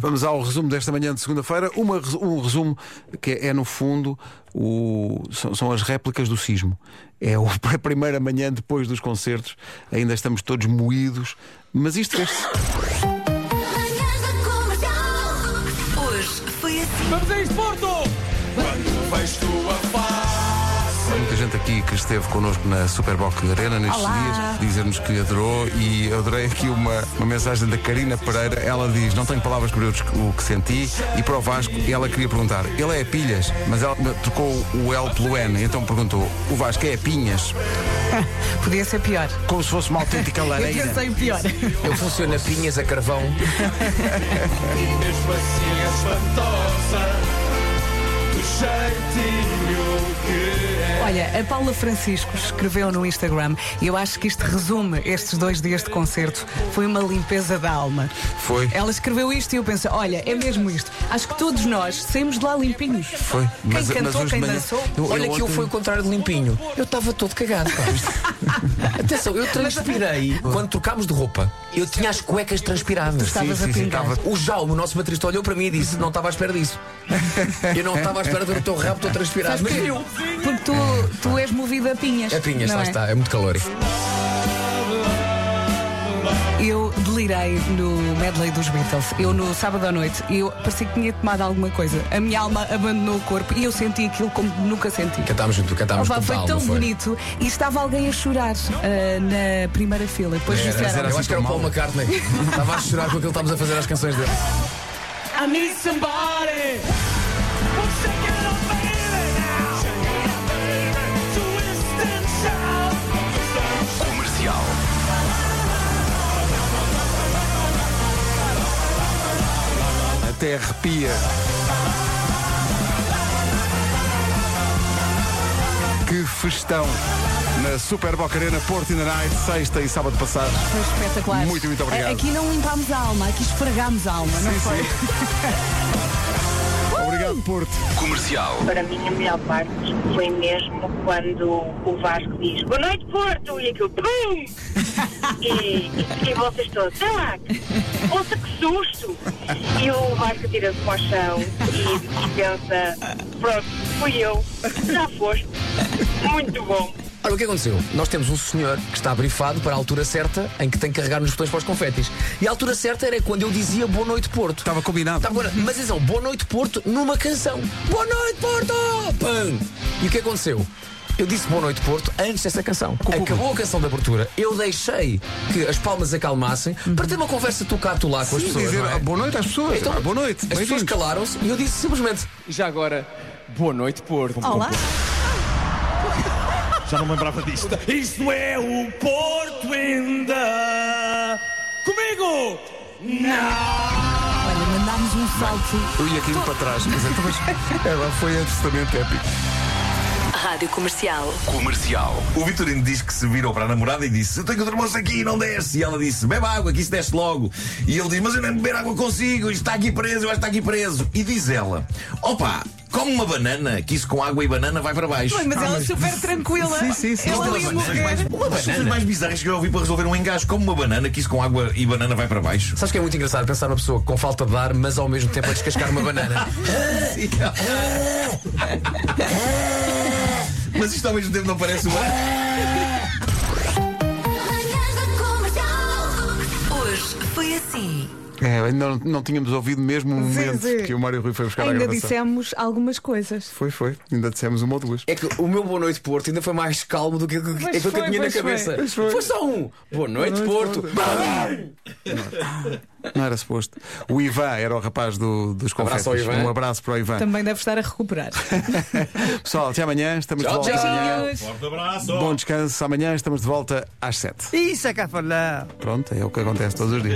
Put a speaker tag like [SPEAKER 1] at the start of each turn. [SPEAKER 1] Vamos ao resumo desta manhã de segunda-feira. Uma resu- um resumo que é, é, no fundo, o- são, são as réplicas do sismo. É o- a primeira manhã depois dos concertos. Ainda estamos todos moídos. Mas isto fez-se.
[SPEAKER 2] Manhãs da Comercial. Hoje foi assim.
[SPEAKER 3] Vamos a isto, Porto!
[SPEAKER 1] Há muita gente aqui que esteve connosco na Superboc Arena nestes dias, dizer-nos que adorou e eu adorei aqui uma, uma mensagem da Karina Pereira. Ela diz: Não tenho palavras para descrever o que senti e para o Vasco. Ela queria perguntar: Ele é pilhas, mas ela trocou o L pelo N. Então perguntou: O Vasco é pinhas?
[SPEAKER 4] Podia ser pior.
[SPEAKER 1] Como se fosse uma autêntica
[SPEAKER 4] Eu
[SPEAKER 1] lareira.
[SPEAKER 4] pensei pior.
[SPEAKER 5] Eu funciono a pinhas a carvão.
[SPEAKER 3] Mesmo assim é espantosa, do jeitinho que é.
[SPEAKER 4] Olha, a Paula Francisco escreveu no Instagram e eu acho que isto resume estes dois dias de concerto. Foi uma limpeza da alma.
[SPEAKER 1] Foi.
[SPEAKER 4] Ela escreveu isto e eu pensei, olha, é mesmo isto. Acho que todos nós saímos de lá limpinhos.
[SPEAKER 1] Foi.
[SPEAKER 4] Quem cantou,
[SPEAKER 1] hoje de
[SPEAKER 4] quem
[SPEAKER 1] manhã-
[SPEAKER 4] dançou.
[SPEAKER 1] Eu-
[SPEAKER 5] Olha
[SPEAKER 1] eu
[SPEAKER 5] que eu
[SPEAKER 1] ontem-
[SPEAKER 5] fui o contrário de limpinho. Eu estava todo cagado. pá. Atenção, eu transpirei quando trocámos de roupa. Eu tinha as cuecas transpiradas.
[SPEAKER 4] estavas
[SPEAKER 1] Sim,
[SPEAKER 4] a
[SPEAKER 1] sim, sim,
[SPEAKER 4] pingar.
[SPEAKER 1] estava-
[SPEAKER 5] O Jaume, o nosso baterista, olhou para mim e disse: Não estava à espera disso. Eu não estava à espera de ver o teu rabo todo transpirado. Mas eu.
[SPEAKER 4] Porque tu, tu és movida a pinhas.
[SPEAKER 5] É pinhas,
[SPEAKER 4] não
[SPEAKER 5] lá
[SPEAKER 4] é?
[SPEAKER 5] está, é muito calórico.
[SPEAKER 4] Eu delirei no medley dos Beatles. Eu no sábado à noite, eu parecia que tinha tomado alguma coisa. A minha alma abandonou o corpo e eu senti aquilo como nunca senti.
[SPEAKER 5] Cantámos junto, cantámos
[SPEAKER 4] Opa,
[SPEAKER 5] junto.
[SPEAKER 4] foi tão bonito e estava alguém a chorar ah, na primeira fila. E Depois disseram,
[SPEAKER 5] Eu acho que era o Paul McCartney. Estava a chorar com aquilo que estávamos a fazer às canções
[SPEAKER 3] I
[SPEAKER 5] dele.
[SPEAKER 3] need somebody. Well, shake it up, baby. Shake it up, baby. Twist and shout.
[SPEAKER 1] Até arrepia. Que festão na Super Boca Arena Porto in the Night, sexta e sábado passado.
[SPEAKER 4] foi espetacular.
[SPEAKER 1] Muito, muito obrigado.
[SPEAKER 4] A- Aqui não limpámos a alma, aqui esfregámos a alma, não foi?
[SPEAKER 1] Obrigado, Porto.
[SPEAKER 6] Para mim, a melhor parte foi mesmo quando o Vasco diz Boa noite, Porto! E aquilo PUM! E, e vocês todos, sei lá, ouça que susto! E o Vasco tira-se para o chão e, e pensa: Pronto, fui eu, já foste. Muito bom.
[SPEAKER 5] Ora, o que aconteceu? Nós temos um senhor que está brifado para a altura certa em que tem que carregar nos botões para os confetis. E a altura certa era quando eu dizia Boa Noite Porto.
[SPEAKER 1] Estava combinado.
[SPEAKER 5] Tá, agora, mas então, Boa Noite Porto numa canção. Boa Noite Porto! Pam! E o que aconteceu? Eu disse Boa Noite Porto antes dessa canção. Acabou a canção de abertura. Eu deixei que as palmas acalmassem para ter uma conversa tocar-tu lá com as pessoas.
[SPEAKER 1] Uhum. dizer
[SPEAKER 5] não é?
[SPEAKER 1] ah, boa noite às pessoas.
[SPEAKER 5] Então,
[SPEAKER 1] Ah, boa noite.
[SPEAKER 5] As pessoas
[SPEAKER 1] Bem-vindos.
[SPEAKER 5] calaram-se e eu disse simplesmente
[SPEAKER 3] E já agora, boa noite, Porto.
[SPEAKER 4] Olá.
[SPEAKER 7] Já não me lembrava disto.
[SPEAKER 3] Isto é o Porto ainda. Comigo! Não!
[SPEAKER 4] Olha, mandámos um salto.
[SPEAKER 1] Eu ia aqui para trás. Mas, então, mas ela foi absolutamente épico.
[SPEAKER 2] Rádio Comercial.
[SPEAKER 8] Comercial. O Vitorino diz que se virou para a namorada e disse: Eu tenho outro moço aqui e não desce. E ela disse: Bebe água, que isso desce logo. E ele diz: Mas eu nem beber água consigo, isto está aqui preso, eu acho que está aqui preso. E diz ela: Opa, come uma banana, que isso com água e banana vai para baixo.
[SPEAKER 5] é
[SPEAKER 4] Mas ela super tranquila.
[SPEAKER 1] Sim, sim, sim.
[SPEAKER 4] Ela ia morrer.
[SPEAKER 8] Uma das coisas mais bizarras que eu ouvi para resolver um engasgo, como uma banana, que isso com água e banana vai para baixo.
[SPEAKER 5] Sabes que é muito engraçado pensar numa pessoa com falta de ar, mas ao mesmo tempo a descascar uma banana.
[SPEAKER 8] Mas isto ao mesmo tempo não parece uma.
[SPEAKER 2] Manhãs da Comercial. Hoje foi assim.
[SPEAKER 1] É, ainda não, não tínhamos ouvido mesmo o
[SPEAKER 4] Sim,
[SPEAKER 1] momento
[SPEAKER 4] sim.
[SPEAKER 1] que o Mário Rui foi buscar a
[SPEAKER 4] Ainda
[SPEAKER 1] gravação.
[SPEAKER 4] dissemos algumas coisas.
[SPEAKER 1] Foi, foi. Ainda dissemos uma ou duas.
[SPEAKER 5] É que o meu Boa Noite Porto ainda foi mais calmo do que aquilo que
[SPEAKER 4] Pois
[SPEAKER 5] aquilo que eu
[SPEAKER 4] foi,
[SPEAKER 5] tinha na
[SPEAKER 4] pois
[SPEAKER 5] cabeça.
[SPEAKER 4] foi,
[SPEAKER 1] pois foi.
[SPEAKER 5] Foi só um. Boa Noite Porto.
[SPEAKER 1] Não era suposto. O Ivan era o rapaz do, dos confetes.
[SPEAKER 5] Abraço ao Ivan.
[SPEAKER 1] Um abraço para o Ivan.
[SPEAKER 4] Também deve estar a recuperar.
[SPEAKER 1] Pessoal, até amanhã. Estamos de
[SPEAKER 5] Tchau,
[SPEAKER 1] volta
[SPEAKER 5] tchau.
[SPEAKER 1] amanhã.
[SPEAKER 4] Beijinhos.
[SPEAKER 7] Forte abraço!
[SPEAKER 1] Bom descanso. Amanhã estamos de volta às sete.
[SPEAKER 3] Isso é que é falar.
[SPEAKER 1] Pronto, é o que acontece todos os dias.